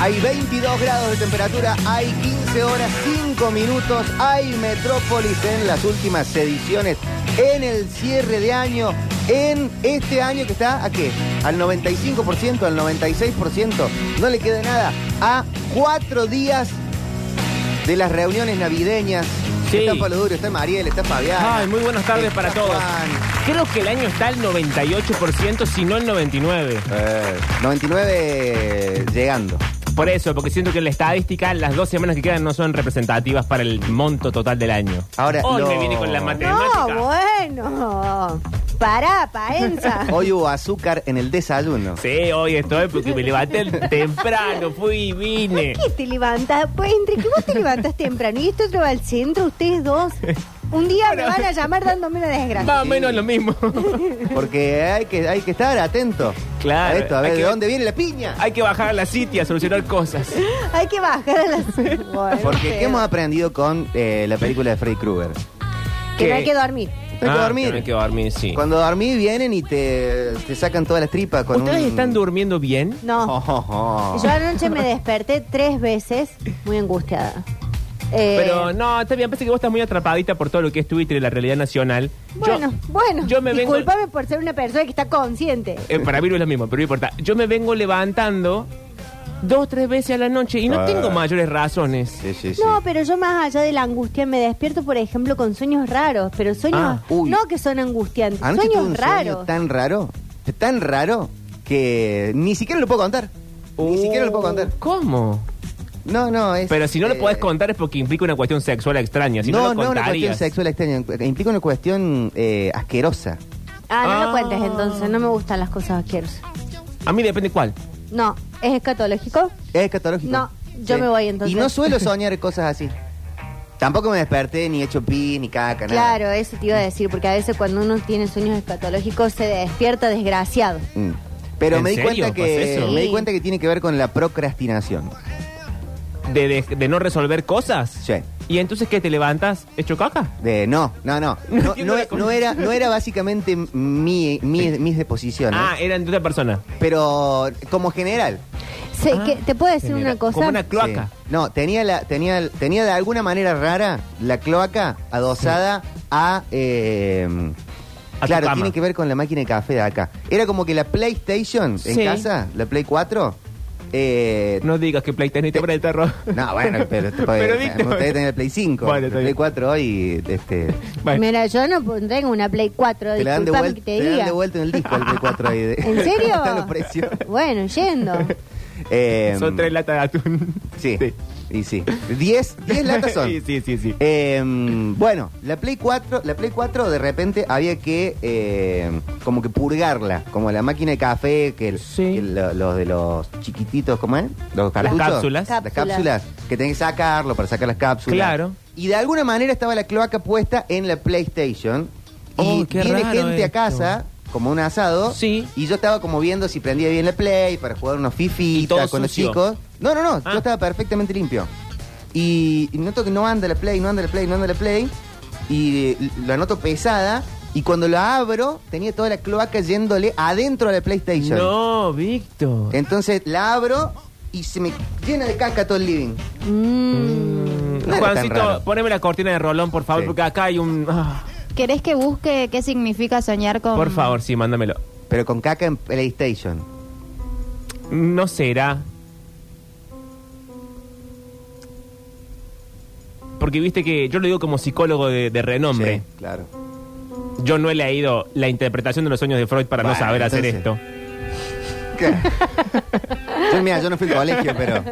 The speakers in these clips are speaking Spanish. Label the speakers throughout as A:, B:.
A: Hay 22 grados de temperatura, hay 15 horas, 5 minutos, hay Metrópolis en las últimas ediciones, en el cierre de año, en este año que está a qué? Al 95%, al 96%, no le queda nada, a cuatro días de las reuniones navideñas.
B: Sí.
A: Está Pablo Duro, está Mariel, está Fabián.
B: Ay, muy buenas tardes para
A: está
B: todos.
A: Juan.
B: Creo que el año está al 98%, si no el 99%.
A: Eh, 99 llegando.
B: Por eso, porque siento que en la estadística las dos semanas que quedan no son representativas para el monto total del año.
A: Ahora,
B: Hoy
A: lo-
B: me vine con la matemática.
C: No, bueno. Pará, paenza.
A: Hoy hubo azúcar en el desayuno.
B: Sí, hoy estoy porque me levanté temprano, fui y vine.
C: ¿Qué te levantas? Pues entre que vos te levantas temprano y esto otro va al centro, ustedes dos. Un día me van a llamar dándome una desgracia.
B: Más o menos lo mismo.
A: Porque hay que, hay que estar atento.
B: Claro,
A: A esto, a ver
B: hay
A: de
B: que-
A: dónde viene la piña.
B: Hay que bajar a la City a solucionar cosas.
C: Hay que bajar a las. Bueno,
A: Porque
C: pero-
A: ¿qué hemos aprendido con eh, la película de Freddy Krueger?
C: Que no
B: ¿Qué?
C: hay que dormir.
A: No hay que
B: Ah,
A: dormir.
B: no hay que dormir, sí.
A: Cuando dormís vienen y te, te sacan todas las tripas con
B: ¿Ustedes
A: un-
B: están durmiendo bien?
C: No.
A: Oh, oh, oh.
C: Yo anoche me desperté tres veces muy angustiada. Eh,
B: Pero no, está bien, parece que vos estás muy atrapadita por todo lo que es Twitter y la realidad nacional. Yo-
C: Bueno, bueno.
B: yo me vengo-
C: disculpame por ser una persona que está consciente.
B: Eh, para mí no es lo mismo, pero no importa. Yo me vengo levantando dos, tres veces a la noche y no
A: Ah.
B: tengo mayores razones.
A: Sí, sí, sí.
C: No, pero yo más allá de la angustia me despierto, por ejemplo, con sueños raros, pero sueños
B: Ah,
A: uy.
C: no que son angustiantes,
A: Anoche tuve un
C: sueños
A: sueño
C: raros.
A: tan raro, tan raro, que ni siquiera lo puedo contar. Ni siquiera lo puedo contar.
B: ¿Cómo?
A: No, no, es...
B: Uh. Pero si no lo
A: eh,
B: podés contar es porque implica una cuestión sexual extraña. Si no, lo
A: no una cuestión
B: contarías.
A: sexual extraña, implica una cuestión eh, asquerosa.
C: Ah, no
B: Ah.
C: lo cuentes entonces, no me gustan las cosas asquerosas.
B: a mí depende cuál.
C: No, ¿es escatológico?
A: ¿Es escatológico?
C: No, yo me voy entonces.
A: Y no suelo soñar cosas así. Tampoco me desperté ni he hecho pi, ni caca, nada.
C: Claro, eso te iba a decir, porque a veces cuando uno tiene sueños escatológicos se despierta desgraciado.
A: Mm. Pero
B: ¿En
A: me di
B: serio?
A: cuenta que
B: ¿Pasa eso?
A: me di
C: Sí.
A: cuenta que tiene que ver con la procrastinación.
B: De, de- de no resolver cosas.
A: Sí.
B: ¿Y entonces qué? ¿Te levantas hecho caca?
A: De no, no, no.
B: No
A: No,
B: entiendo
A: no
B: la
A: e-
B: cosa.
A: no era, no era básicamente mi, mi- mis deposiciones,
B: Ah, eran de otra persona.
A: pero como general.
C: Sé
B: Ah,
C: que- ¿Te puedo decir
B: Genera-
C: una cosa?
B: Como una cloaca.
A: Sí. No, tenía la, tenía, tenía de alguna manera rara la cloaca adosada a eh,
B: A tu
A: claro,
B: cama.
A: tiene que ver con la máquina de café de acá. Era como que la PlayStation en
B: Sí.
A: casa, la Play 4. eh, no.
B: No digas que PlayStation te abre el perro.
A: bueno, pero,
B: Pero,
A: me
B: Víctor.
A: gustaría tener la Play 5.
B: Bueno,
A: la
B: está
A: Play
B: bien.
A: 4 hoy este,
B: Bueno.
C: Mira, yo no pon- tengo una Play 4,
A: te la dan de
C: disculpame
A: vuelta.
C: que
A: Te
C: te
A: la dan
C: diga.
A: de vuelta en el disco el Play 4 ahí. de-
C: ¿En serio?
A: Están los precios.
C: Bueno, yendo.
A: Eh,
B: Son tres latas de atún.
A: Sí. Y sí. 10 latas son.
B: sí, sí, sí, sí.
A: Eh, bueno, la Play 4, la Play 4 de repente había que eh, como que purgarla, como la máquina de café, que, el-
B: Sí.
A: que lo- los de los chiquititos, ¿cómo es? Los cartuchos.
B: cápsulas.
A: Las cápsulas, que tenés que sacarlo para sacar las cápsulas.
B: Claro.
A: Y de alguna manera estaba la cloaca puesta en la PlayStation. Y
B: Oh, qué
A: viene
B: raro
A: gente a
B: esto.
A: casa, como un asado.
B: Sí.
A: Y yo estaba como viendo si prendía bien la Play para jugar unos
B: Y todo
A: fifitas con los
B: sucio.
A: chicos. No, no, no,
B: Ah.
A: yo estaba perfectamente limpio. Y, y noto que no anda la play, no anda la play, no anda la play. Y eh, la noto pesada. Y cuando la abro, tenía toda la cloaca yéndole adentro a la PlayStation.
B: No, Víctor.
A: Entonces la abro y se me llena de caca todo el living. No
C: Mm.
A: era tan
B: Juancito,
A: raro.
B: poneme la cortina de Rolón, por favor,
A: Sí.
B: porque acá hay un... ah,
D: ¿Querés que busque qué significa soñar con.?
B: por favor, sí, mándamelo.
A: Pero con caca en PlayStation.
B: No será... Porque viste que yo lo digo como psicólogo de, de renombre.
A: Sí, claro.
B: Yo no he leído la interpretación de los sueños de Freud para no
A: Bueno,
B: saber hacer esto.
A: entonces- ¿Qué? yo, mira, yo no fui al colegio, pero.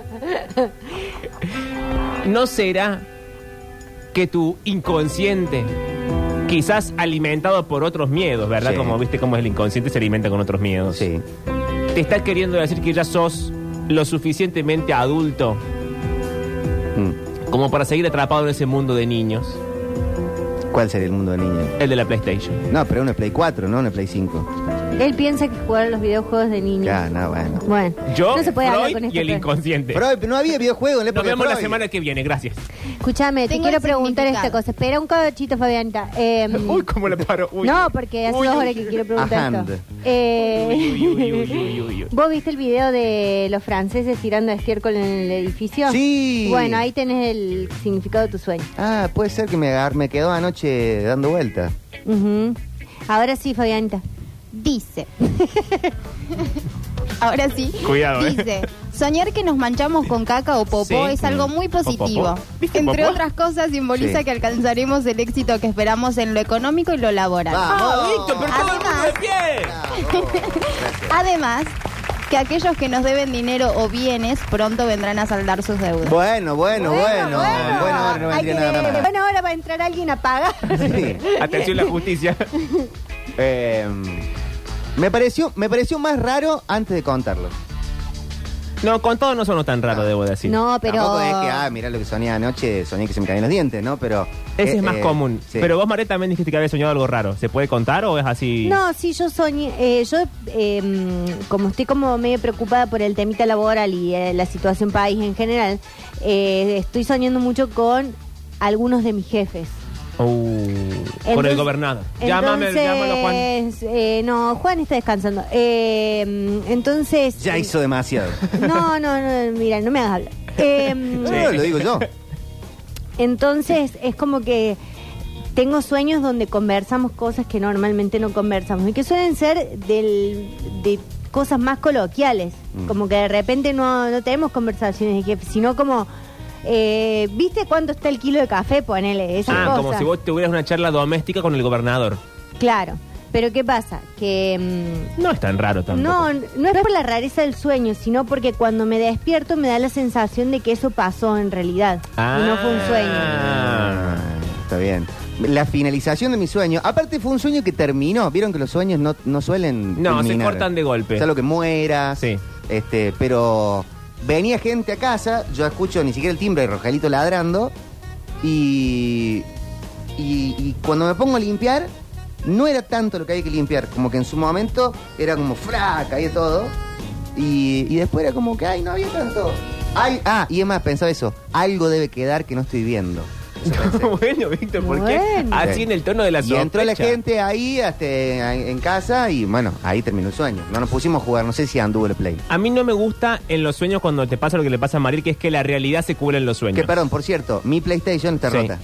B: ¿No será que tu inconsciente, quizás alimentado por otros miedos, ¿verdad?
A: Sí.
B: Como viste cómo es el inconsciente, se alimenta con otros miedos.
A: Sí.
B: Te está queriendo decir que ya sos lo suficientemente adulto
A: Mm.
B: como para seguir atrapado en ese mundo de niños,
A: ¿Cuál sería el mundo de niños?
B: el de la PlayStation.
A: No, pero una Play 4, no una Play 5.
C: Él piensa que jugar a los videojuegos de niños.
A: Ya, no, bueno.
C: Bueno,
B: Yo,
C: no se puede
B: Freud
C: hablar con
B: y
C: este
B: el
C: plan.
B: inconsciente.
A: Freud, no había videojuegos en la
B: Nos
A: época de
B: vemos la
A: Freud.
B: semana que viene, gracias.
C: Escúchame, te
D: Tengo
C: quiero
D: el
C: preguntar esta
D: significado.
C: cosa. Espera un cachito, Fabianita. Eh,
B: Uy, cómo la paro. Uy.
C: no, porque hace
B: Uy,
C: dos
B: uy,
C: horas que quiero preguntar
A: Ajá.
C: esto. Eh,
B: Uy, uy, uy, uy, uy, uy.
C: ¿Vos viste el video de los franceses tirando estiércol en el edificio?
A: Sí.
C: Bueno, ahí tenés el significado de tu sueño.
A: Ah, puede ser que me, agar- me quedó anoche dando vueltas.
C: Ujú. Ahora sí, Fabianita.
D: Dice. Ahora sí.
B: Cuidado, eh.
D: Dice. Soñar que nos manchamos con caca o popó
B: Sí.
D: es algo muy
B: ¿O
D: positivo.
B: popó? ¿Viste
D: Entre
B: popó?
D: otras cosas, simboliza
A: Sí.
D: que alcanzaremos el éxito que esperamos en lo económico y lo laboral.
B: ¡Ah, Víctor, pero todo el mundo de pie!
A: Bravo. Gracias.
D: Además, que aquellos que nos deben dinero o bienes pronto vendrán a saldar sus deudas.
A: Bueno, bueno, bueno. Bueno, ahora no
C: Hay
A: vendría
C: que-
A: nada más.
C: bueno, ahora va a entrar alguien a pagar.
A: Sí.
B: Atención la justicia.
A: Eh, me, pareció, me pareció más raro antes de contarlo.
B: No, con todo no sonó tan raro, debo decir.
C: Ah. No, pero.
A: Tampoco es que, ah, mirá lo que soñé anoche, soñé que se me caían los dientes, ¿no? Pero.
B: Ese
A: eh,
B: es más
A: eh,
B: común.
A: sí.
B: Pero vos, María, también dijiste que habías soñado algo raro. ¿Se puede contar o es así?
C: No, sí, yo soñé, eh, yo eh, mm, como estoy como medio preocupada por el temita laboral y eh, la situación país en general, eh, estoy soñando mucho con algunos de mis jefes.
B: Uh, con el
C: Entonces-
B: gobernador. Llámame,
C: entonces,
B: llámalo, Juan.
C: eh, no, Juan está descansando. Eh, mm, entonces...
A: Ya hizo demasiado.
C: No, no, no, mira, no me hagas hablar. Eh,
A: No, no, lo digo yo.
C: Entonces es como que tengo sueños donde conversamos cosas que normalmente no conversamos y que suelen ser del- de cosas más coloquiales.
A: Mm.
C: Como que de repente no, no tenemos conversaciones de jefe, sino como, eh, ¿viste cuánto está el kilo de café? Ponele, esas
B: Ah,
C: cosas.
B: como si vos tuvieras una charla doméstica con el gobernador.
C: Claro. Pero ¿qué pasa? Que... mm,
B: No es tan raro tampoco.
C: no, no es por la rareza del sueño, sino porque cuando me despierto me da la sensación de que eso pasó en realidad. y no fue un sueño.
A: Ah, está bien. La finalización de mi sueño. Aparte, fue un sueño que terminó. Vieron que los sueños no, no suelen.
B: No, se
A: terminar.
B: cortan de golpe.
A: O sea, lo que mueras.
B: Sí.
A: Este, pero venía gente a casa. Yo escucho ni siquiera el timbre de Rogelito ladrando. Y, y. y cuando me pongo a limpiar, no era tanto lo que había que limpiar. Como que en su momento era como fraca y todo. Y, y después era como que, ay, no había tanto. Ay, ah, y es más, pensaba eso. Algo debe quedar que no estoy viendo. Eso pensé.
B: bueno, Víctor, ¿por qué?
C: Bueno.
B: Así en Ah, el tono de la
A: Y entró la
B: sospecha.
A: gente ahí este, a- en casa y bueno, ahí terminó el sueño. No nos pusimos a jugar, no sé si anduvo el play.
B: A mí no me gusta en los sueños cuando te pasa lo que le pasa a Maril, que es que la realidad se cubre en los sueños.
A: Que perdón, por cierto, mi PlayStation está
B: Sí.
A: rota.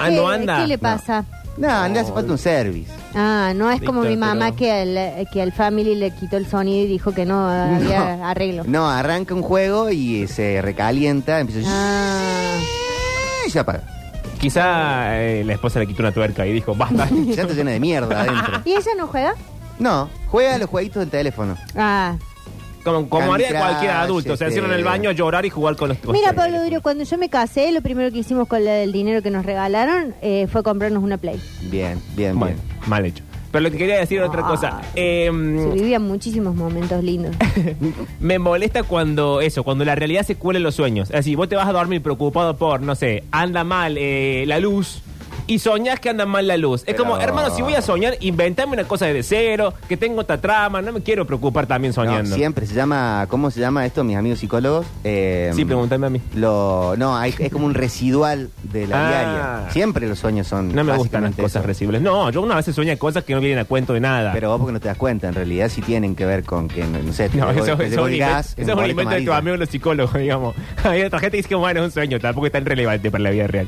B: Ah, no
C: ¿Qué-
B: anda.
C: ¿Qué le pasa?
A: No, no
B: No.
A: hace falta un service.
C: Ah, no es como
B: Víctor,
C: mi mamá
B: pero-
C: que, al, que al family le quitó el sonido y dijo que no había
A: No.
C: Ah, arreglo.
A: No, arranca un juego y se recalienta, empieza
C: Ah,
A: y se apaga.
B: Quizá eh, la esposa le quitó una tuerca y dijo, basta.
A: Ya está llena de mierda adentro.
C: ¿Y ella no juega?
A: No, juega a los jueguitos del teléfono.
C: Ah.
B: Como, como
A: Candy
B: haría cualquier
A: Crush,
B: adulto. Se
A: este-
B: encierran en el baño a llorar y jugar con los con
C: Mira,
B: los-
C: Pablo Duro, cuando yo me casé, lo primero que hicimos con la- el dinero que nos regalaron eh, fue comprarnos una Play.
A: Bien, bien,
B: Bueno,
A: bien.
B: mal hecho. Pero lo que quería decir era otra
C: Ah.
B: cosa. Eh,
C: Se vivían muchísimos momentos lindos.
B: me molesta cuando eso, cuando la realidad se cuela en los sueños. Es decir, vos te vas a dormir preocupado por, no sé, anda mal eh, la luz. Y soñás que anda mal la luz. Es
A: Pero-
B: como, hermano, si voy a soñar, inventame una cosa de cero, que tengo esta trama, no me quiero preocupar también
A: No,
B: soñando.
A: siempre se llama, ¿cómo se llama esto, mis amigos psicólogos? Eh,
B: Sí, pregúntame a mí.
A: Lo, no, hay- es como un residual de la
B: Ah.
A: diaria. Siempre los sueños son.
B: No me gustan las
A: básicamente
B: cosas
A: eso.
B: recibles. No, yo una vez soñé cosas que no vienen a cuento de nada.
A: Pero vos porque no te das cuenta, en realidad sí tienen que ver con que, no, no sé, te
B: no,
A: llegó-
B: eso,
A: te
B: eso es
A: llegó
B: un
A: el
B: invento,
A: gas en
B: eso es un
A: boleta
B: invento de tus
A: amarilla.
B: amigos los psicólogos, digamos. Hay otra gente que dice que bueno, es un sueño, tampoco es tan relevante para la vida real.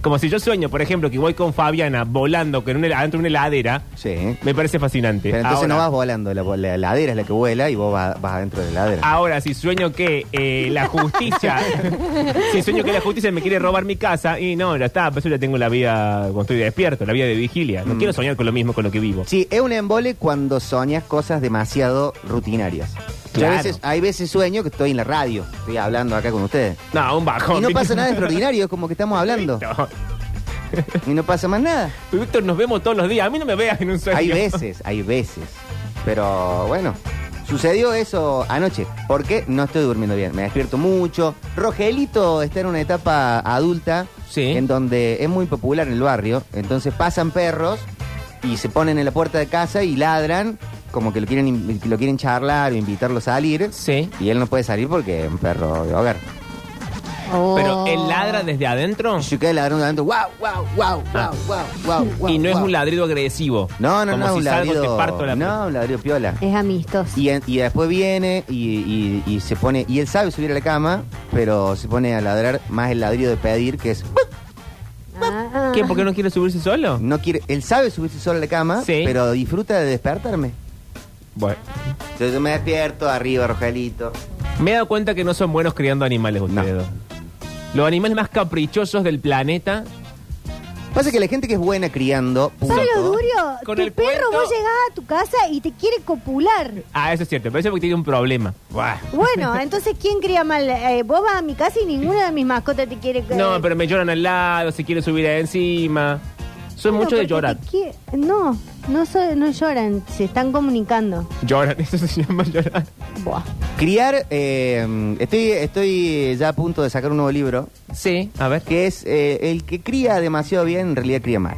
B: Como si yo sueño, por ejemplo, que voy con Fabiana volando con un hel- adentro de una heladera,
A: Sí.
B: me parece fascinante.
A: Pero entonces
B: ahora,
A: no vas volando, la, la heladera es la que vuela y vos vas, vas adentro de la heladera.
B: ahora, si sueño que eh, la justicia, si sueño que la justicia me quiere robar mi casa, y no, ya está, por eso ya tengo la vida, cuando estoy despierto, la vida de vigilia.
A: Mm.
B: No quiero soñar con lo mismo con lo que vivo.
A: Sí, es un embole cuando soñas cosas demasiado rutinarias. Yo a
B: Claro.
A: veces, hay veces sueño que estoy en la radio, estoy hablando acá con ustedes.
B: No, un bajón.
A: Y no pasa nada extraordinario, es como que estamos hablando.
B: No.
A: Y no pasa más nada.
B: Pero, Víctor, nos vemos todos los días. A mí no me veas en un sueño.
A: Hay veces, hay veces. Pero bueno, sucedió eso anoche. Porque no estoy durmiendo bien. Me despierto mucho. Rogelito está en una etapa adulta
B: Sí.
A: en donde es muy popular en el barrio. Entonces pasan perros y se ponen en la puerta de casa y ladran como que lo quieren, in- lo quieren charlar o invitarlo a salir.
B: Sí.
A: Y él no puede salir porque es un perro de hogar.
C: Oh.
B: Pero él ladra desde adentro
A: Yo quedé ladrando adentro. ¡Wow, wow, wow,
B: Oh. Ah.
A: wow, wow, wow, wow!
B: y no es
A: wow.
B: un ladrido agresivo.
A: No, no,
B: Como
A: no,
B: si
A: un
B: salgo,
A: ladrido.
B: te parto la
A: no, un ladrido piola.
C: Es amistoso.
A: Y, en- y después viene y, y- y se pone. Y él sabe subir a la cama, pero se pone a ladrar más el ladrido de pedir, que es.
C: Ah.
B: ¿Qué? ¿Por qué no quiere subirse solo?
A: No quiere, él sabe subirse solo a la cama,
B: Sí.
A: pero disfruta de despertarme.
B: Bueno.
A: Entonces yo me despierto, arriba, Rogelito.
B: Me he dado cuenta que no son buenos criando animales ustedes.
A: No.
B: dos. Los animales más caprichosos del planeta.
A: Pasa que la gente que es buena criando.
C: ¿Sabes lo
A: punto.
C: duro?
B: Con
C: tu
B: el
C: perro,
B: cuento-
C: vos llegás a tu casa y te quiere copular.
B: Ah, eso es cierto, pero eso es porque tiene un problema.
A: Buah.
C: Bueno, entonces, ¿quién cría mal? Eh, vos vas a mi casa y ninguna de mis mascotas te quiere. eh,
B: No, pero me lloran al lado, se quiere subir encima. Soy
C: Claro,
B: mucho de
C: porque
B: llorar.
C: te quiere- No, no, so- no lloran, se están comunicando.
B: Lloran, eso se llama llorar.
C: Buah.
A: Criar, eh, estoy, estoy ya a punto de sacar un nuevo libro,
B: Sí, a ver.
A: que es eh, El que cría demasiado bien, en realidad cría mal.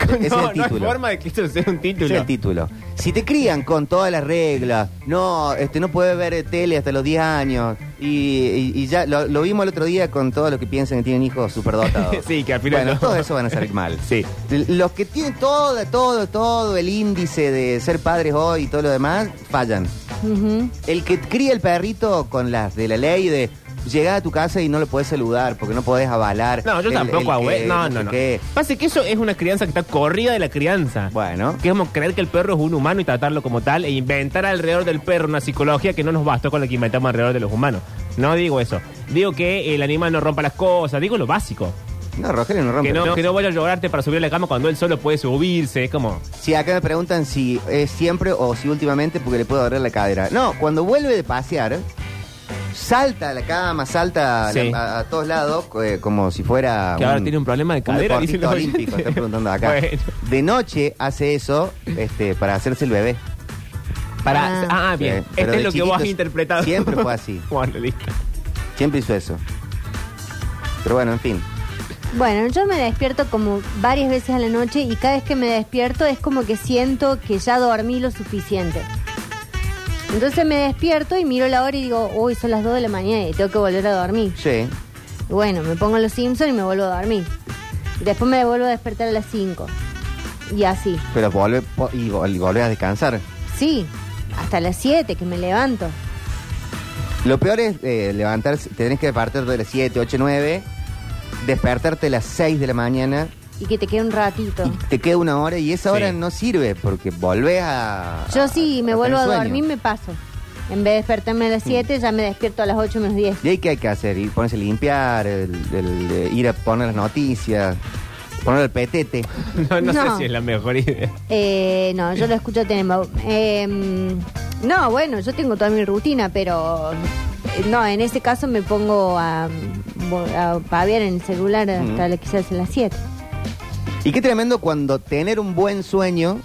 A: Ese es el
B: no, no hay
A: título.
B: forma de que esto sea un título.
A: Ese es el título. Si te crían con todas las reglas, no, este no puedes ver eh, tele hasta los 10 años, y, y- y ya lo, lo vimos el otro día con todos los que piensan que tienen hijos superdotados.
B: Sí, que al final
A: Bueno,
B: no.
A: todo eso van a salir mal.
B: Sí.
A: L- Los que tienen todo, todo, todo el índice de ser padres hoy y todo lo demás, fallan.
C: Ujú.
A: El que cría el perrito con las de la ley de llegar a tu casa y no le podés saludar porque no podés avalar.
B: No, yo
A: el- el
B: tampoco,
A: que
B: abue- No,
A: sé
B: no, no.
A: qué.
B: Pasa que eso es una crianza que está corrida de la crianza.
A: Bueno,
B: Que es como creer que el perro es un humano y tratarlo como tal e inventar alrededor del perro una psicología que no nos bastó con la que inventamos alrededor de los humanos. No digo eso. Digo que el animal no rompa las cosas. Digo lo básico.
A: no, Rogelio no rompe.
B: Que no, que no vaya a llorarte para subir a la cama cuando él solo puede subirse. Es como...
A: Si acá me preguntan si es siempre o si últimamente porque le puedo abrir la cadera. No, cuando vuelve de pasear, salta a la cama, salta a la-
B: Sí.
A: a, a todos lados eh, como si fuera.
B: Que ahora tiene un problema de cadera,
A: Un
B: dicen
A: deportista
B: los
A: olímpico,
B: oyentes.
A: están preguntando acá.
B: Bueno.
A: De noche hace eso este, para hacerse el bebé.
B: Para...
C: Ah.
B: Ah, bien.
A: Sí, pero
B: este es
A: de
B: lo que vos has
A: chiquitos
B: interpretado.
A: siempre fue así.
B: bueno, listo.
A: Siempre hizo eso. Pero bueno, en fin.
C: Bueno, yo me despierto como varias veces a la noche y cada vez que me despierto es como que siento que ya dormí lo suficiente. Entonces me despierto y miro la hora y digo, uy, son las 2 de la mañana y tengo que volver a dormir.
A: Sí.
C: Y bueno, me pongo los Simpsons y me vuelvo a dormir. Y después me vuelvo a despertar a las 5. Y así.
A: Pero vuelve po- y, vol- y volvés a descansar.
C: Sí, hasta las 7 que me levanto.
A: Lo peor es eh, levantarse, te tenés que despertarte de las 7, 8, 9, despertarte a las 6 de la mañana
C: Y que te quede un ratito.
A: y te queda una hora y esa
B: Sí.
A: hora no sirve porque volvés a...
C: Yo sí, me vuelvo a
A: tener
C: dormir,
A: sueño.
C: me paso. En vez de despertarme
B: Mm.
C: a las 7, ya me despierto a las 8 menos 10.
A: ¿Y ahí qué hay que hacer? Ir, ponerse a limpiar, el- el- eh, ir a poner las noticias, poner el petete.
B: No, no sé
C: No.
B: si es la mejor idea.
C: Eh, no, yo lo escucho Tenenbaum. Eh, no, bueno, yo tengo toda mi rutina, pero eh, no, en ese caso me pongo a, a paviar en el celular
B: Mm.
C: hasta la- quizás las 7.
A: Y qué tremendo cuando tener un buen sueño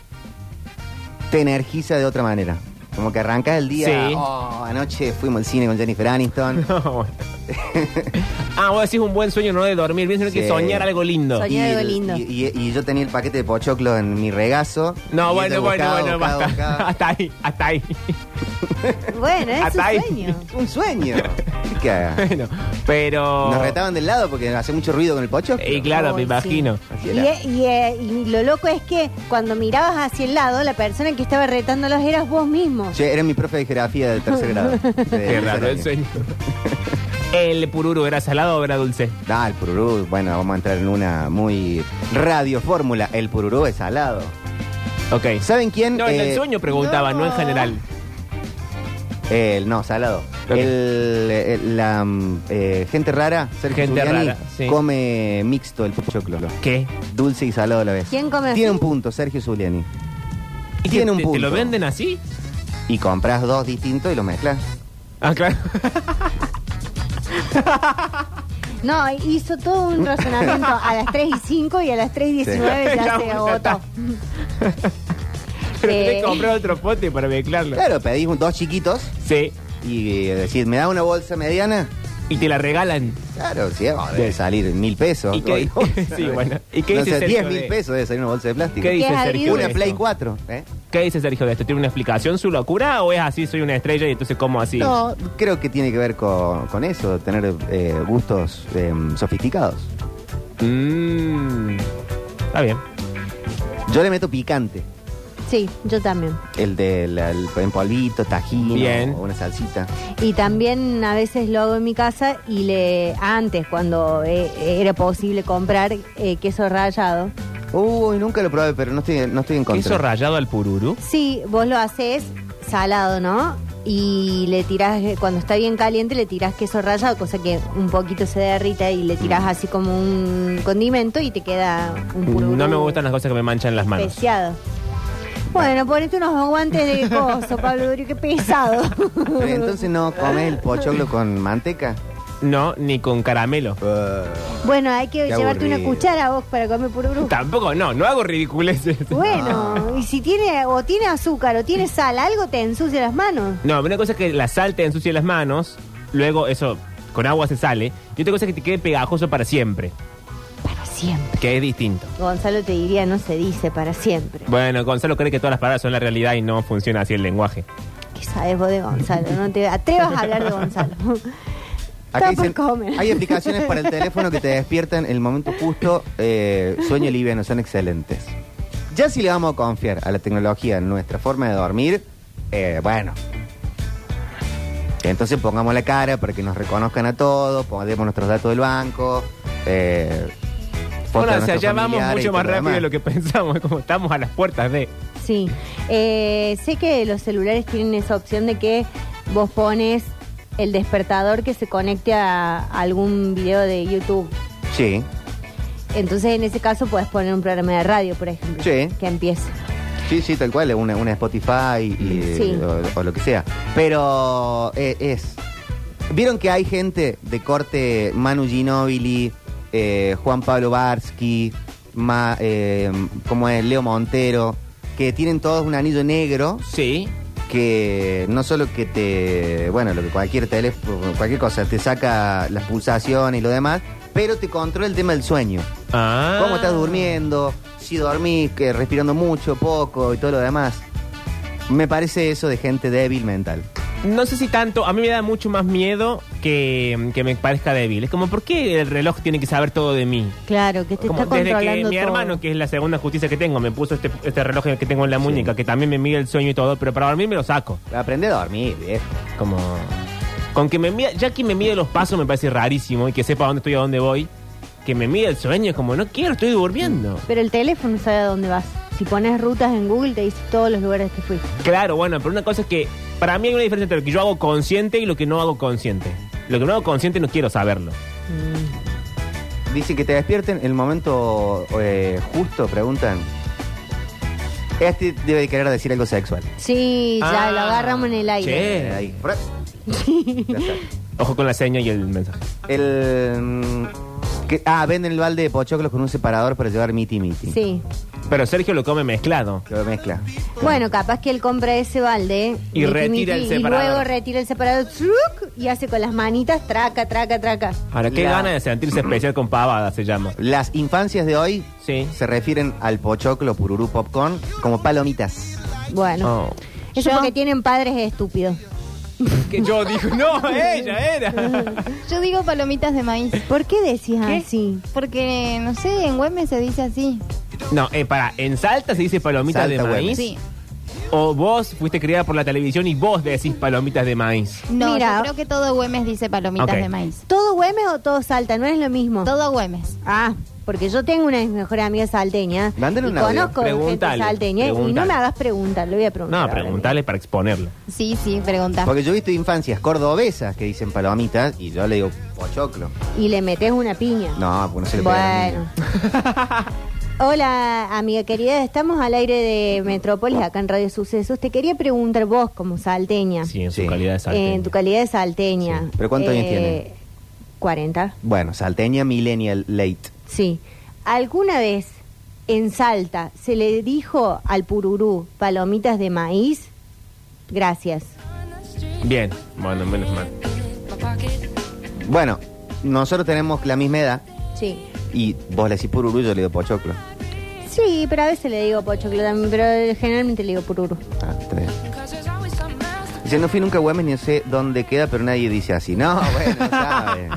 A: te energiza de otra manera. Como que arrancas el día,
B: Sí.
A: oh, anoche fuimos al cine con Jennifer Aniston.
B: No, bueno. ah, vos decís un buen sueño, no de dormir bien, sino
A: Sí.
B: que soñar algo lindo.
C: Soñar. Soñé algo
A: el-
C: lindo.
A: Y, y- y yo tenía el paquete de pochoclo en mi regazo.
B: No,
A: Y
B: bueno,
A: yo
B: bueno,
A: buscaba,
B: bueno,
A: buscaba,
B: basta.
A: buscaba.
B: Hasta ahí, hasta ahí.
C: Bueno, es
B: Hasta ahí.
C: un sueño.
A: Un sueño. ¿Qué que haga?
B: bueno, pero.
A: Nos retaban del lado porque hace mucho ruido con el pochoclo.
B: Y claro, me
C: Ay, sí.
B: imagino.
A: Así
C: Y,
A: era.
C: eh, y, eh, y lo loco es que cuando mirabas hacia el lado, la persona que estaba retándolos eras vos mismo.
A: Che, era mi profe de geografía de tercer grado. De-
B: Qué
A: de
B: raro el
A: año.
B: sueño. ¿El pururu era salado o era dulce?
A: Ah, el pururú. Bueno, vamos a entrar en una muy radiofórmula. El pururú es salado.
B: Ok.
A: ¿Saben quién?
B: No, en
A: Eh,
B: el sueño preguntaba, no, en
D: no.
B: general.
A: El, no, salado.
B: Ok.
A: El- el- la mm, eh, gente rara, Sergio
B: Gente
A: Zuliani,
B: rara, sí.
A: come mixto el pochoclo.
B: ¿Qué?
A: Dulce y salado a la vez.
C: ¿Quién come
A: Tiene
C: así?
A: un punto, Sergio Zuliani.
B: ¿Y
A: Tiene
B: te-
A: un
B: te-
A: punto.
B: ¿Te lo venden así?
A: Y compras dos distintos y los mezclas.
B: Ah, claro.
C: No, hizo todo un razonamiento a las 3 y 5 y a las 3 y 19
B: Sí.
C: ya
B: Ya,
C: se
B: ya
C: agotó.
B: está. Pero tenés
C: Eh.
B: que comprar otro pote para mezclarlo.
A: Claro, pedís un- dos chiquitos
B: Sí.
A: y eh, decís, ¿me da una bolsa mediana?
B: y te la regalan.
A: Claro, sí, oh, debe salir mil pesos.
B: ¿Y qué-
A: Hoy,
B: sí, bueno. ¿Y qué
A: no sé,
B: dice Sergio
A: 10 mil
B: de-
A: pesos debe salir una bolsa de plástico.
B: ¿Qué dice
C: es
B: Sergio?
C: agridulce?
B: de
A: Una
B: esto?
A: Play 4. ¿eh?
B: ¿Qué dice Sergio de esto? ¿Tiene una explicación su locura o es así, soy una estrella y entonces como así?
A: No, creo que tiene que ver con, con eso, tener eh, gustos eh, sofisticados.
B: Mm, está bien.
A: Yo le meto picante.
C: Sí, yo también.
A: El del el- en polvito, tajín,
B: Bien.
A: o una salsita.
C: Y también a veces lo hago en mi casa y le antes cuando eh, era posible comprar eh, queso rallado.
A: Uy, nunca lo probé, pero no estoy, no estoy en contra.
B: ¿Queso rayado al pururu?
C: Sí, vos lo haces salado, ¿no? Y le tirás, eh, cuando está bien caliente, le tirás queso rallado, cosa que un poquito se derrita y le tirás así como un condimento y te queda un pururú
B: No me gustan las cosas que me manchan las manos.
C: Especiado. Bueno, ponete unos guantes de coso, Pablo Durio, qué pesado.
A: Pero entonces no comes el pochoclo con manteca.
B: No, ni con caramelo.
C: bueno, hay que
A: Qué
C: llevarte una
A: aburrido.
C: cuchara vos para comer
A: Uh.
C: pururú.
B: Tampoco, no, no hago ridiculeces.
C: Bueno, y si tiene o tiene azúcar o tiene sal, algo te ensucia las manos.
B: No, una cosa es que la sal te ensucie las manos, luego eso con agua se sale, y otra cosa es que te quede pegajoso para siempre,
C: Para siempre.
B: que es distinto.
C: Gonzalo te diría, no se dice para siempre.
B: Bueno, Gonzalo cree que todas las palabras son la realidad y no funciona así el lenguaje.
C: ¿Qué sabes vos de Gonzalo? No te atrevas a hablar de Gonzalo. Está por comer.
A: hay aplicaciones para el teléfono que te despiertan en el momento justo. Eh, sueño liviano, son excelentes. Ya si le vamos a confiar a la tecnología en nuestra forma de dormir, eh, bueno. Entonces pongamos la cara para que nos reconozcan a todos, pongamos nuestros datos del banco. Eh, fotos
B: Bueno,
A: de
B: o sea,
A: nuestros
B: ya vamos
A: familiares y
B: mucho más
A: todo
B: rápido de
A: demás.
B: lo que pensamos, como estamos a las puertas de...
C: Sí. Eh, sé que los celulares tienen esa opción de que vos pones el despertador que se conecte a algún video de YouTube.
A: Sí.
C: Entonces, en ese caso, puedes poner un programa de radio, por ejemplo.
A: Sí.
C: Que empiece.
A: Sí, sí, tal cual, una, una Spotify y- eh,
C: Sí.
A: o, o lo que sea. Pero eh, es. ¿Vieron que hay gente de corte Manu Ginóbili, eh, Juan Pablo Barsky, Ma, eh, ¿cómo es? Leo Montero, que tienen todos un anillo negro
B: Sí.
A: que no solo que te, bueno, lo que cualquier teléfono, cualquier cosa, te saca las pulsaciones y lo demás, pero te controla el tema del sueño.
B: Ah.
A: ¿Cómo estás durmiendo? Si dormís, que respirando mucho, poco y todo lo demás. Me parece eso de gente débil mental.
B: No sé si tanto, a mí me da mucho más miedo que, que me parezca débil. Es como, ¿por qué el reloj tiene que saber todo de mí?
C: Claro, que te
B: Como
C: está
B: desde que mi
C: controlando todo.
B: hermano, que es la segunda justicia que tengo, me puso este, este reloj que tengo en la muñeca, que también me mide el sueño y todo, pero para dormir me lo saco.
A: Aprende a dormir, viejo.
B: Como. Con que me mida- ya que me mide los pasos me parece rarísimo y que sepa dónde estoy y a dónde voy, que me mide el sueño es como, no quiero, estoy durmiendo.
C: Pero el teléfono sabe a dónde vas. Si pones rutas en Google, te dice todos los lugares que fuiste.
B: Claro, bueno, pero una cosa es que para mí hay una diferencia entre lo que yo hago consciente y lo que no hago consciente. Lo que no hago consciente no quiero saberlo.
A: Dice que te despierten el momento eh, justo, preguntan. Este debe querer decir algo sexual.
C: Sí, ya
B: Ah,
C: lo agarramos en el aire.
A: Eh,
B: Che,
A: ahí. Fra- Ya está.
B: ojo con la seña y el mensaje.
A: El. mm, que- ah, venden el balde de pochoclos con un separador para llevar miti miti.
C: Sí.
B: Pero Sergio lo come mezclado.
A: Que lo mezcla.
C: Bueno, capaz que él compra ese balde
B: Y
C: miti,
B: retira el
C: miti,
B: separador.
C: Y luego retira el separador ¡truc! y hace con las manitas traca, traca, traca.
B: Ahora, qué
A: La-
B: gana de sentirse especial con pavada se llama.
A: Las infancias de hoy
B: Sí.
A: se refieren al pochoclo pururú popcorn como palomitas.
C: Bueno,
B: Oh.
C: eso
D: Yo-
C: porque tienen padres estúpidos.
B: Que yo digo, no, ella era.
D: Yo digo palomitas de maíz.
C: ¿Por qué decís
D: ¿Qué?
C: así?
D: Porque, no sé, en Güemes se dice así.
B: No, eh, para, en Salta se dice palomitas
A: Salta,
B: de
A: Güemes.
B: maíz.
D: Sí.
B: O vos fuiste criada por la televisión y vos decís palomitas de maíz.
D: No,
C: Mira.
D: yo creo que todo Güemes dice palomitas
B: Ok.
D: de maíz.
C: ¿Todo Güemes o todo Salta? No es lo mismo.
D: Todo Güemes.
C: Ah, porque yo tengo una de mis mejores amigas salteña.
A: Mándale
C: y
A: un audio.
C: conozco
B: Preguntale,
C: gente salteña y no
B: preguntale.
C: me hagas preguntar, lo voy a preguntar.
B: No,
C: ahora.
B: preguntarle para exponerlo.
D: Sí, sí, pregunta.
A: Porque yo he visto infancias cordobesas que dicen palomitas y yo le digo pochoclo.
C: Y le metes una piña.
A: No, pues no se le pega.
C: Bueno. Hola, amiga querida. Estamos al aire de Metrópolis, acá en Radio Sucesos. Te quería preguntar vos, como salteña,
B: Sí, en su
A: Sí.
B: calidad de salteña.
C: en tu calidad de salteña. eh,
A: Sí. ¿Pero cuántos años tiene?
C: 40,
A: Bueno, salteña millennial late.
C: sí. ¿Alguna vez en Salta se le dijo al pururú palomitas de maíz? Gracias.
B: Bien, bueno, menos mal.
A: Bueno, nosotros tenemos la misma edad
C: Sí.
A: y vos le decís pururú, yo le digo pochoclo.
C: Sí, pero a veces le digo pochoclo también, pero eh, generalmente le digo pururu.
A: Ah, está bien. Dice, no fui nunca a Güemes ni sé dónde queda, pero nadie dice así. No, bueno, saben.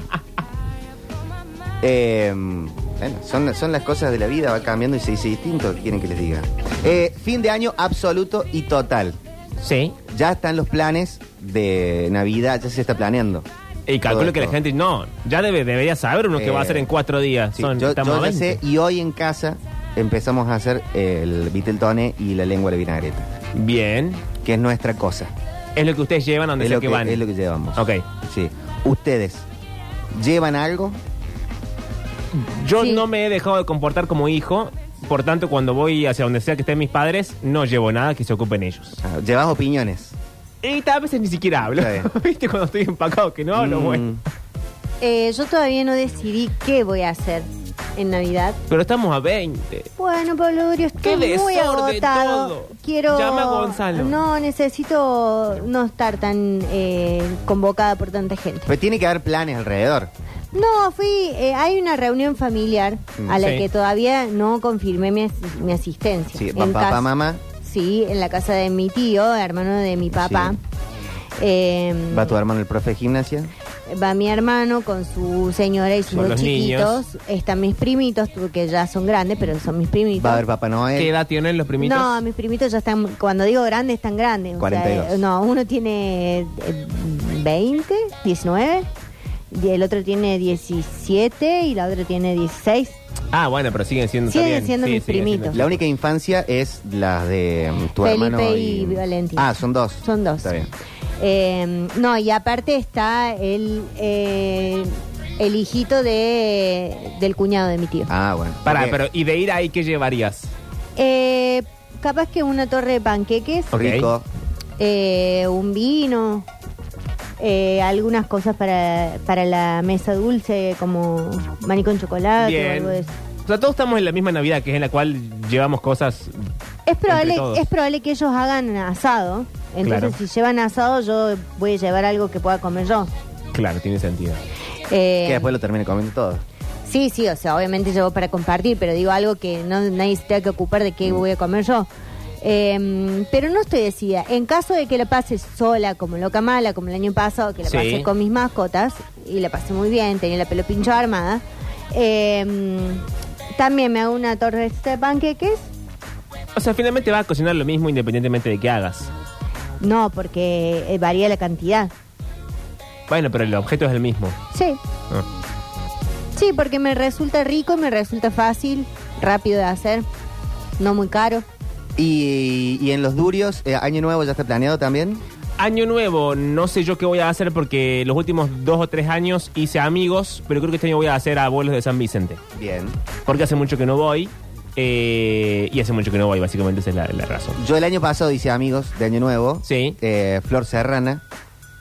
A: Eh, bueno, son, son las cosas de la vida, va cambiando y se dice distinto, ¿qué quieren que les diga? Eh, fin de año absoluto y total.
B: Sí.
A: Ya están los planes de Navidad, ya se está planeando.
B: Y
A: Todo
B: calculo que la
A: esto.
B: gente. No, ya debe, debería saber uno que va a hacer en cuatro días.
A: Eh, Sí,
B: Son,
A: yo,
B: estamos
A: yo
B: a
A: ya sé,
B: 20.
A: y hoy en casa empezamos a hacer el Viteltone y la lengua de la vinagreta,
B: Bien.
A: que es nuestra cosa.
B: Es lo que ustedes llevan donde
A: Es
B: sea
A: lo
B: que,
A: que-
B: van.
A: es lo que llevamos.
B: Ok.
A: Sí. ¿Ustedes llevan algo?
B: Yo
C: Sí.
B: no me he dejado de comportar como hijo. Por tanto, cuando voy hacia donde sea que estén mis padres, no llevo nada que se ocupen ellos.
A: Ah, ¿Llevas opiniones?
B: Y tal veces ni siquiera hablo.
A: Está bien.
B: ¿Viste? Cuando estoy empacado que no hablo,
A: Mm,
B: bueno.
C: Eh, yo todavía no decidí qué voy a hacer en Navidad.
B: Pero estamos a 20.
A: Eh.
C: Bueno, Pablo Durio,
B: Qué
C: estoy muy
B: desorden
C: agotado.
B: todo.
C: Quiero.
B: Llama a Gonzalo.
C: No, necesito no estar tan eh, convocada por tanta gente.
A: Pues tiene que haber planes alrededor.
C: No, fui. eh, hay una reunión familiar
A: Mm,
C: a la
B: sí.
C: que todavía no confirmé mi, as- mi asistencia.
A: Sí,
C: En
A: pa- papá,
C: casa-
A: mamá,
C: Sí, en la casa de mi tío, hermano de mi papá. Eh,
A: va tu hermano el profe de gimnasia.
C: Va mi hermano con su señora y sus
B: Son
C: dos
B: los
C: chiquitos. Están mis primitos, porque ya son grandes, pero son mis primitos.
A: Va a haber Papá
B: ¿Qué
A: Noel.
B: edad tienen los primitos?
C: No, mis primitos ya están, cuando digo grandes, están grandes. O
A: 42.
C: eh, no, uno tiene eh, 20, 19, y el otro tiene 17 y la otra tiene 16.
B: Ah, bueno, pero siguen siendo
C: Siguen
B: también.
C: siendo mis
B: siguen siendo.
C: primitos.
A: La única infancia es la de mm, tu
C: Felipe
A: hermano
C: y Valentín.
A: Ah, son dos.
C: Son dos.
A: Está bien.
C: Eh, no, y aparte está el, eh, el hijito de, del cuñado de mi tío.
A: Ah, bueno.
B: Pará,
A: Ok.
B: pero ¿y de ir ahí qué llevarías?
C: Eh, capaz que una torre de panqueques,
B: Ok.
A: Rico.
C: eh, un vino, eh, algunas cosas para, para la mesa dulce, como maní con chocolate o
B: Bien.
C: algo de eso.
B: O sea, todos estamos en la misma Navidad, que es en la cual llevamos cosas.
C: Es probable,
B: Entre todos.
C: es probable que ellos hagan asado. Entonces,
B: Claro.
C: si llevan asado, yo voy a llevar algo que pueda comer yo.
B: Claro, tiene sentido.
C: Eh,
A: Que después lo termine comiendo todo.
C: Sí, sí, o sea, obviamente llevo para compartir, pero digo algo que no, nadie se tenga que ocupar de
B: Mm.
C: qué voy a comer yo. Eh, pero no estoy decidida. En caso de que la pase sola, como loca mala, como el año pasado, que la
B: Sí.
C: pasé con mis mascotas, y la pasé muy bien, tenía la pelo pincho armada, eh, también me hago una torre de panqueques.
B: O sea, finalmente vas a cocinar lo mismo independientemente de qué hagas.
C: No, porque eh, varía la cantidad.
B: Bueno, pero el objeto es el mismo.
C: Sí,
B: Ah.
C: sí, porque me resulta rico, me resulta fácil, rápido de hacer, no muy caro.
A: Y, y en los durios, eh, Año Nuevo ya está planeado también.
B: Año nuevo, no sé yo qué voy a hacer porque los últimos dos o tres años hice amigos, pero creo que este año voy a hacer abuelos de San Vicente.
A: Bien.
B: Porque hace mucho que no voy. eh, y hace mucho que no voy, básicamente esa es la, la razón.
A: Yo el año pasado hice amigos de Año Nuevo.
B: Sí.
A: Eh, Flor Serrana.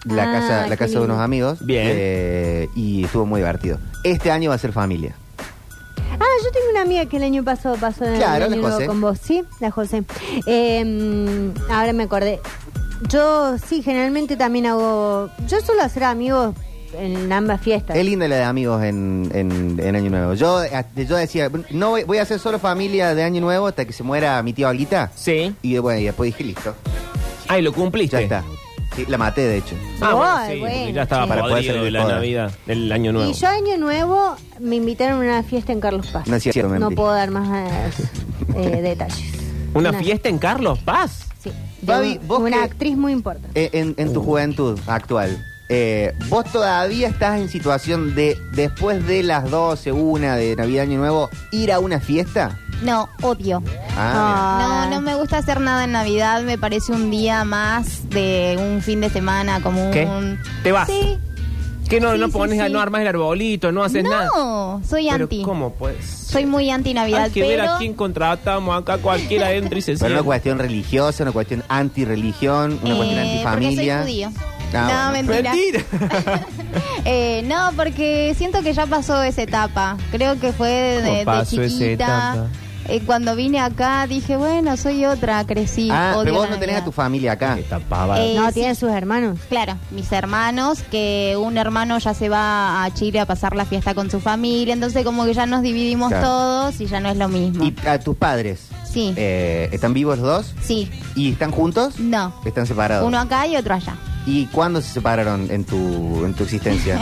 A: La
C: Ah,
A: casa, la
C: qué
A: casa de
C: lindo.
A: unos amigos.
B: Bien.
A: Eh, y estuvo muy divertido. Este año va a ser familia.
C: Ah, yo tengo una amiga que el año pasado pasó en
A: Claro,
C: el
A: la
C: año nuevo
A: José.
C: con vos, sí, la José. Eh, ahora me acordé. Yo sí, generalmente también hago. Yo suelo hacer amigos en ambas fiestas.
A: Es linda la de amigos en, en- en Año Nuevo. Yo, eh, yo decía, no voy, voy a hacer solo familia de Año Nuevo hasta que se muera mi tío Alguita.
B: Sí.
A: Y bueno, y después dije, listo,
B: Ah, y lo cumpliste.
A: ya está. Sí, la maté, de hecho.
B: Ah, bueno,
C: Ay,
B: sí,
C: bueno,
B: porque ya estaba
C: sí.
B: para
A: Para poder
B: poder
A: salir de
B: la
A: joda.
B: Navidad, el año nuevo.
C: y yo año nuevo me invitaron a una fiesta en Carlos Paz.
A: No es cierto,
C: No
A: mentí.
C: puedo dar más eh, eh, detalles.
B: ¿Una fiesta en Carlos Paz?
C: Sí. de
A: Babi,
C: un-
A: vos
C: una
A: que-
C: actriz muy importante.
A: Eh, En, en tu juventud actual, eh, ¿vos todavía estás en situación de, después de las 12, una de Navidad, Año Nuevo, ir a una fiesta?
D: No, odio.
A: Ah,
D: No,
C: Ah.
D: no me gusta hacer nada en Navidad, me parece un día más de un fin de semana, como un...
B: ¿Qué? ¿Te vas?
D: Sí.
B: ¿Qué no,
D: Sí,
B: no
D: sí,
B: pones,
D: sí.
B: no armas el arbolito, no haces nada?
D: No, soy
B: Pero
D: anti.
B: ¿Cómo pues?
D: Soy muy anti Navidad,
B: Hay que ver
D: pero...
B: a quién contratamos acá, cualquiera entra y se
A: Pero una
B: sienta.
A: cuestión religiosa, una cuestión antirreligión, una
D: eh,
A: cuestión antifamilia.
D: Porque soy judío.
A: Ah,
D: no,
A: bueno.
D: mentira. Eh, no, porque siento que ya pasó esa etapa. Creo que fue de,
B: ¿Cómo
D: de
B: pasó esa
D: chiquita.
B: etapa?
D: eh, cuando vine acá dije, bueno, soy otra, crecí.
A: ah,
D: odio
A: pero vos
D: la
A: no tenés
D: Navidad.
A: a tu familia acá.
B: Esta pava.
D: Eh,
C: no,
D: sí.
C: tiene sus hermanos.
D: Claro, mis hermanos, que un hermano ya se va a Chile a pasar la fiesta con su familia, entonces como que ya nos dividimos
A: Claro.
D: todos y ya no es lo mismo.
A: ¿Y a tus padres?
D: Sí.
A: Eh, ¿Están vivos los dos?
D: Sí,
A: ¿Y están juntos?
D: no.
A: Están separados.
D: Uno acá y otro allá.
A: ¿Y cuándo se separaron en tu, en tu existencia?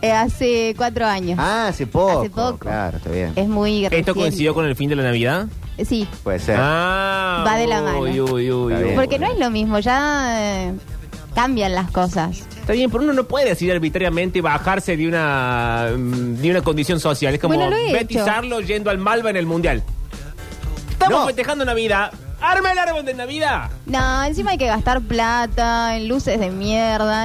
D: Eh, hace cuatro años.
A: ah, hace poco.
D: Hace poco. Eh.
A: Claro, está bien.
D: Es muy
B: ¿Esto
D: reciente.
B: coincidió con el fin de la Navidad?
D: Sí,
A: Puede ser.
B: Ah,
D: Va de la mano.
B: uy, uy, uy,
A: Está
B: uy.
A: bien.
D: porque no es lo mismo, ya eh, cambian las cosas.
B: Está bien, pero uno no puede decir arbitrariamente bajarse de una mm, de una condición social. Es como
D: Bueno, lo he
B: Betty
D: hecho.
B: Sarlo yendo al Malva en el Mundial. Estamos
A: No.
B: festejando Navidad. ¡Arma el árbol de Navidad!
D: No, encima hay que gastar plata en luces de mierda,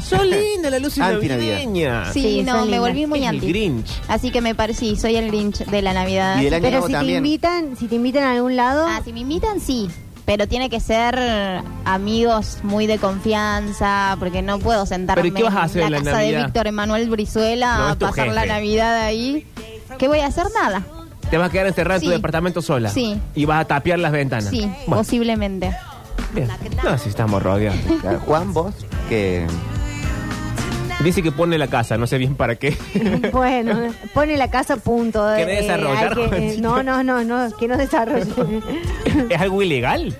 B: Son lindas las luces
A: Antinavidad. Ah,
B: navideñas.
D: Sí,
C: Sí,
D: no,
C: son
D: me
C: lindas.
D: volví muy
B: El
D: anti.
B: Grinch.
D: Así que me parecí, soy el Grinch de la Navidad.
A: Y del año
C: Pero
A: nuevo
C: si te
A: también.
C: invitan, si te invitan a algún lado,
D: Ah, si me invitan, sí. Pero tiene que ser eh, amigos muy de confianza, porque no puedo sentarme
B: Pero ¿y qué vas a hacer
D: en la,
B: en la
D: casa de
B: Navidad?
D: Víctor Emanuel Brizuela
B: No,
D: a
B: es tu
D: pasar la
B: jefe.
D: Navidad ahí. ¿Qué voy a hacer? Nada.
B: Te vas a quedar encerrada en
D: Sí.
B: tu departamento sola.
D: Sí.
B: Y vas a tapiar las ventanas.
D: Sí,
B: Bueno,
D: posiblemente.
B: bien. No, si estamos rodeados.
A: Claro, Juan, vos, que
B: Dice que pone la casa, no sé bien para qué.
C: bueno, pone la casa a punto. eh, de
B: ¿Querés desarrollar, Juancito?
C: no, no, no, no, que no desarrolle.
B: ¿Es algo ilegal?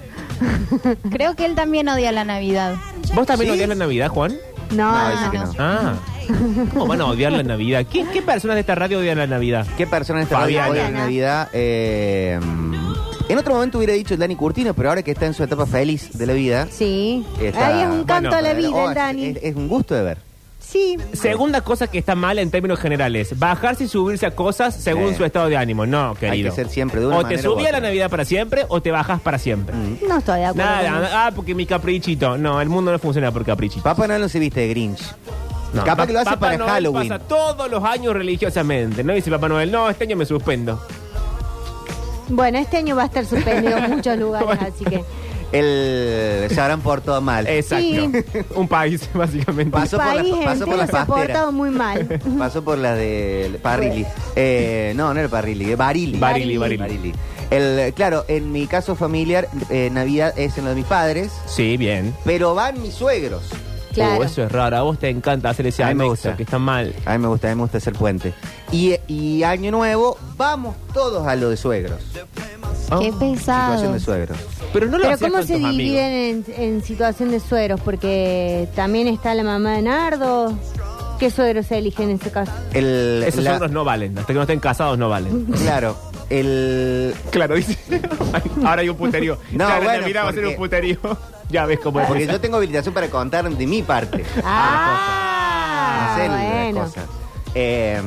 D: Creo que él también odia la Navidad.
B: ¿Vos también
A: ¿Sí?
B: odias la Navidad, Juan?
A: No,
C: No,
A: dice
C: no,
A: que
C: no.
A: no.
B: Ah. ¿Cómo van a odiar la Navidad? ¿Qué, qué personas de esta radio odian la Navidad?
A: ¿Qué persona en esta radio
B: Fabiana.
A: odia la Navidad? Eh, en otro momento hubiera dicho el Dani Curtino, pero ahora que está en su etapa feliz de la vida.
C: Sí.
A: está-
C: Ahí es un canto
B: Bueno,
C: a la vida,
A: Oh,
C: el
A: es-
C: Dani.
A: Es, es un gusto de ver.
C: sí.
B: Segunda cosa que está mal en términos generales, bajarse y subirse a cosas según
A: Sí.
B: su estado de ánimo. No, querido.
A: que ser siempre de una
B: O te
A: manera u
B: subí a
A: otra. Mm.
B: la Navidad para siempre o te bajas para siempre.
C: No estoy de acuerdo.
B: Nada,
C: con eso.
B: ah, porque mi caprichito. No, el mundo no funciona por caprichito.
A: Papá Noel no se viste de Grinch.
B: No,
A: Capaz
B: Pa-
A: que lo hace
B: Papá
A: para
B: Noel
A: Halloween.
B: Pasa todos los años religiosamente. No dice Papá Noel, no, este año me suspendo.
C: Bueno, este año va a estar suspendido en muchos lugares, así que.
A: El se habrán portado mal.
B: Exacto. Un país, básicamente.
A: Pasó por la-
C: país
A: pasó por
C: entero
A: las
C: se ha
A: pasteras. Oh,
C: portado muy mal.
A: Pasó por la de Parrilli. Eh, no, no era Parrilli, de Barili.
B: Barili, Barili.
A: El, claro, en mi caso familiar, eh, Navidad es en lo de mis padres,
B: Sí, bien.
A: pero van mis suegros.
C: Claro.
B: Uh, eso es raro. A vos te encanta hacer ese
A: A mí me
B: anexo
A: gusta.
B: que está mal.
A: A mí me gusta, a mí me gusta hacer puente. Y, y año nuevo, vamos todos a lo de suegros.
B: Oh,
D: Qué
A: Situación
D: pesado.
A: de suegros.
B: Pero no lo
C: Pero
B: hacías
C: ¿cómo
B: con
C: se
B: tus amigos.
C: dividen en, en situación de sueros? Porque también está la mamá de Nardo. ¿Qué suegro se elige en ese caso?
A: El,
B: Esos
A: la-
B: suegros no valen. Hasta que no estén casados no valen.
A: Claro, el...
B: Claro, dice. Ahora hay un puterío.
A: No,
B: Claro,
A: bueno,
B: la mirada va a ser
A: porque-
B: un puterío. ya ves cómo es.
A: Porque
B: esa.
A: yo tengo habilitación para contar de mi parte.
C: Ah,
A: hacer la
C: bueno.
A: cosa. Eh,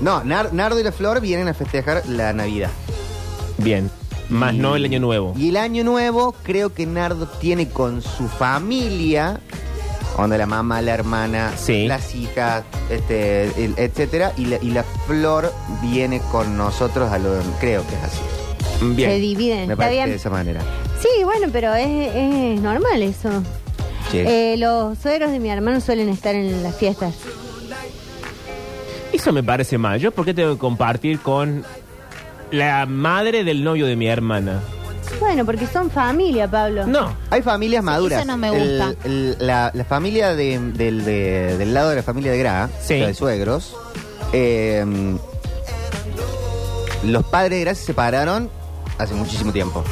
A: no, Nar- Nardo y la Flor vienen a festejar la Navidad.
B: Bien. Más
A: Y-
B: no el año nuevo.
A: Y el año nuevo, creo que Nardo tiene con su familia, donde la mamá, la hermana,
B: Sí.
A: las hijas, este, el- etcétera, y la, y la Flor viene con nosotros a lo creo que es así.
B: Bien.
C: Se dividen.
A: Me
C: Está
A: parece
C: bien.
A: de esa manera.
C: Sí, bueno, pero es, es normal eso.
A: Sí.
C: Eh, los suegros de mi hermano suelen estar en las fiestas.
B: Eso me parece mal. ¿Yo por qué tengo que compartir con la madre del novio de mi hermana?
C: Bueno, porque son familia, Pablo.
B: No.
A: Hay familias maduras.
D: no me
A: El-
D: gusta.
A: el- la, la familia de- del, de- del lado de la familia de Gra,
B: Sí.
A: la de suegros, eh, los padres de Gra se separaron hace muchísimo tiempo.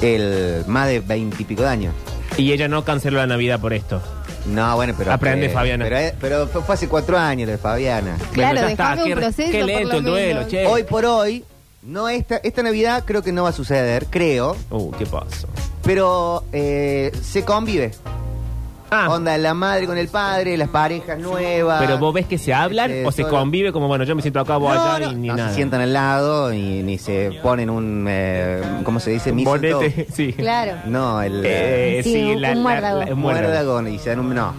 A: El, más de veintipico de años.
B: Y ella no canceló la Navidad por esto.
A: No, bueno, pero.
B: Aprende,
A: eh,
B: Fabiana.
A: Pero, eh, pero fue fue hace cuatro años lo de Fabiana.
D: Claro,
B: ya
D: dejame un
B: Qué-
D: proceso,
B: Qué
D: por
B: lento
D: lo
B: el duelo,
D: menos.
B: che.
A: Hoy por hoy, no esta, esta Navidad creo que no va a suceder, creo.
B: Uh, ¿qué pasó?
A: Pero eh, se convive.
B: Ah,
A: Onda, la madre con el padre, las parejas nuevas.
B: pero vos ves que se hablan
A: Este,
B: o se
A: todo-
B: convive como, bueno, yo me siento acá, vos allá, y ni
A: no
B: nada.
A: se sientan al lado y ni se ponen un. eh, ¿Cómo se dice?
B: Un
A: Mistletoe.
B: Bonete, sí.
C: Claro.
A: No, el. eh,
B: Eh,
C: Sí,
B: sí,
C: un-
B: la,
C: un
B: la-
C: muérdago.
B: la- un muérdago.
A: muérdago y se dan un. No.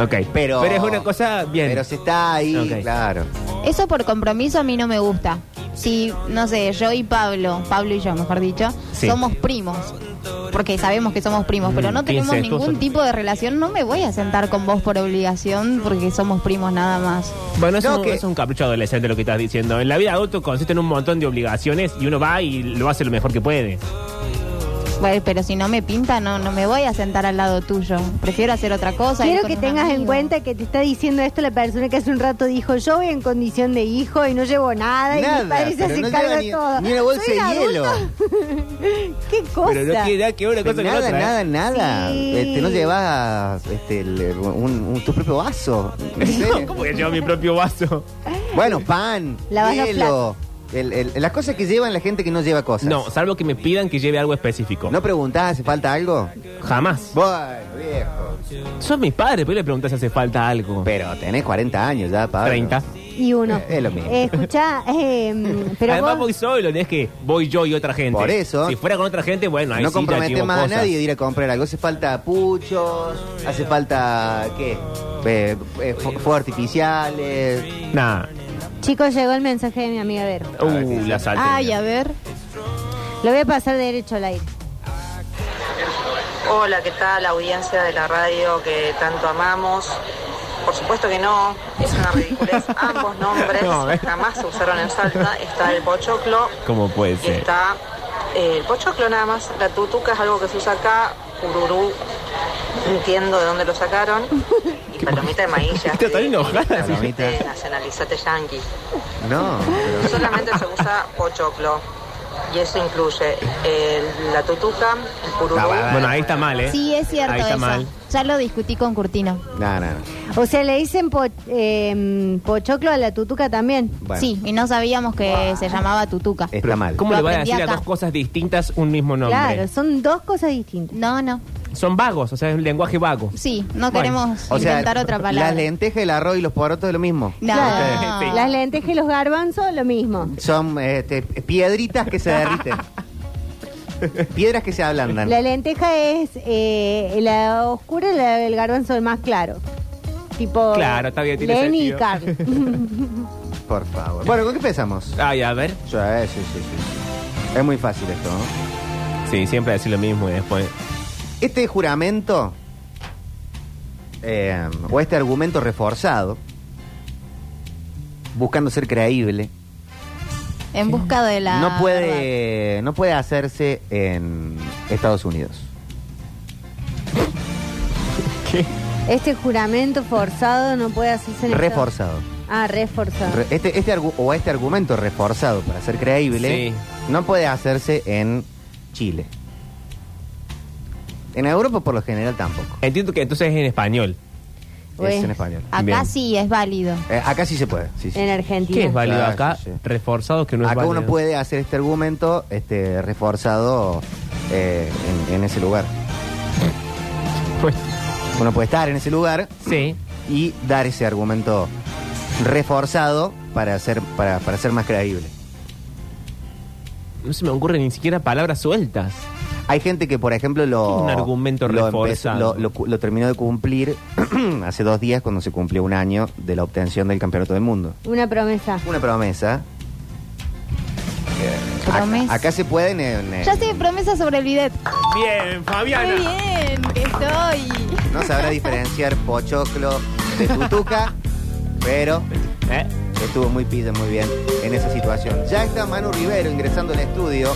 B: Ok.
A: Pero.
B: es una cosa bien.
A: Pero se está ahí,
B: Ok.
A: claro.
D: Eso por compromiso a mí no me gusta. Si, no sé, yo y Pablo, Pablo y yo, mejor dicho,
B: Sí.
D: somos primos. porque sabemos que somos primos, pero
B: Mm,
D: no tenemos
B: incestuoso.
D: ningún tipo de relación, no me voy a sentar con vos por obligación porque somos primos nada más.
B: Bueno, eso,
A: No,
B: es un-
A: que-
B: es un capricho adolescente lo que estás diciendo. En la vida adulto consiste en un montón de obligaciones y uno va y lo hace lo mejor que puede.
D: Bueno, pero si no me pinta, no, no me voy a sentar al lado tuyo. Prefiero hacer otra cosa. ir
C: Quiero
D: con
C: que
D: un
C: tengas en
D: amigo.
C: cuenta que te está diciendo esto la persona que hace un rato dijo, yo voy en condición de hijo y no llevo nada, y
A: Nada,
C: mi padre se
A: pero
C: hace
A: no
C: cargo
A: lleva
C: de
A: ni-
C: todo.
A: ni una bolsa
C: ¿Soy
A: de
C: adulto? ¿Qué cosa?
B: Pero no quiere nada que ver una cosa con
A: nada,
B: otra,
A: nada,
B: ¿eh?
A: nada.
C: Sí.
A: Este, no llevas este, el- un- un- tu propio vaso. No sé.
B: ¿Cómo voy a llevar mi propio vaso?
A: bueno, pan,
C: La vas a
A: hielo. el- el- las cosas que llevan la gente que no lleva cosas.
B: No, salvo que me pidan que lleve algo específico.
A: ¿No preguntás, hace falta algo?
B: Jamás.
A: Bueno, viejo.
B: Son mis padres, pero pues le preguntas si hace falta algo.
A: Pero tenés 40 años ya, Pablo.
B: 30.
C: Y uno.
A: Eh, es lo mismo.
C: Eh, escuchá, eh, pero
B: Además
C: vos-
B: voy solo, no es que voy yo y otra gente.
A: Por eso.
B: Si fuera con otra gente, bueno, ahí
A: no
B: sí ya
A: comprometes
B: llevo
A: más
B: cosas.
A: a nadie de ir a comprar algo. Hace falta puchos, hace falta, ¿qué? Eh, eh, fu- fuegos artificiales.
B: Nah.
C: chicos, llegó el mensaje de mi amiga Vero.
B: Uh, la salte.
D: Ay, a ver.
C: Lo voy a pasar derecho al aire.
E: Hola, ¿qué tal audiencia de la radio que tanto amamos? Por supuesto que no, es una ridiculez. Ambos nombres
B: No, eh.
E: jamás se usaron en Salta. Está el pochoclo
B: ¿Cómo puede
E: y
B: ser?
E: está eh, el pochoclo nada más. La tutuca es algo que se usa acá, Ururú, no entiendo de dónde lo sacaron. Y palomita de maíz. ya
B: Está tan
E: sé,
B: enojada,
D: Ah,
E: y
A: palomita.
E: palomita. Nacionalizate yanqui.
A: No, pero-
E: Solamente se usa pochoclo. Y eso incluye el- la tutuca, el pururú.
B: Bueno, ahí está mal, ¿eh?
D: Sí, es cierto
B: Ahí está
D: eso.
B: mal.
D: Ya lo discutí con Curtino.
A: no, no, no.
C: O sea, le dicen po- eh, pochoclo a la tutuca también.
A: Bueno,
D: Sí, y no sabíamos que se llamaba Tutuca.
B: Eh.
A: está mal.
B: ¿Cómo
D: Lo
B: le van a
D: aprendí
B: decir a
D: acá.
B: dos cosas distintas un mismo nombre?
C: Claro, son dos cosas distintas.
D: No, no.
B: Son vagos, o sea, es un lenguaje vago.
D: Sí,
B: Bueno,
D: no queremos
A: O sea,
D: inventar otra palabra.
A: las lentejas, el arroz y los porotos es lo mismo.
D: No.
C: Claro.
B: Sí.
C: Las lentejas y los garbanzos, lo mismo.
A: Son este, piedritas que se derriten. Piedras que se ablandan.
C: La lenteja es eh, la oscura, la- el garbanzo el más claro. Tipo.
B: Claro, está bien, tiene
C: Lenny y
B: sentido.
C: Carl.
A: Por favor. Bueno, ¿con qué empezamos? Sí,
B: Ay, a ver.
A: sí, sí, sí, sí. Es muy fácil esto, ¿no?
B: Sí, siempre decir lo mismo y después.
A: Este juramento eh, o este argumento reforzado, buscando ser creíble,
D: En busca de la.
A: no puede no puede hacerse en Estados Unidos.
C: este juramento forzado no puede hacerse en Estados-
A: Reforzado.
C: Ah, reforzado.
A: Re- este, este argu- o este argumento reforzado para ser creíble
B: Sí.
A: no puede hacerse en Chile. En Europa por lo general tampoco.
B: Entiendo que entonces es en español.
A: Es
C: Bueno,
A: en español.
D: Acá
B: Bien.
D: sí es válido.
A: Eh, acá sí se puede. sí, sí.
C: en
B: ¿Qué es
C: Argentina.
B: válido
A: Claro,
B: acá?
A: sí, sí.
B: Reforzado que no es
A: acá
B: válido.
A: uno puede hacer este argumento este, reforzado eh, en, en ese lugar.
B: Pues,
A: Uno puede estar en ese lugar
B: sí.
A: y dar ese argumento reforzado para ser, para, para ser más creíble.
B: No se me ocurren ni siquiera palabras sueltas.
A: Hay gente que, por ejemplo, lo.
B: Un argumento
A: lo empezó-
B: reforzado.
A: Lo, lo cu- lo terminó de cumplir hace dos días cuando se cumplió un año de la obtención del campeonato del mundo.
C: Una promesa.
A: Una promesa. Ac-
D: Promesa.
A: Acá se pueden. en- en-
D: Ya sé, promesa sobre el bidet.
B: Bien, Fabiana.
D: Muy bien, estoy.
A: No sabrá diferenciar pochoclo de tutuca, pero
B: ¿Eh?
A: estuvo muy pilla, muy bien en esa situación. Ya está Manu Rivero ingresando al estudio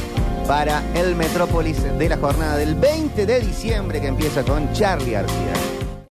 A: para el Metrópolis de la jornada del 20 de diciembre que empieza con Charlie García.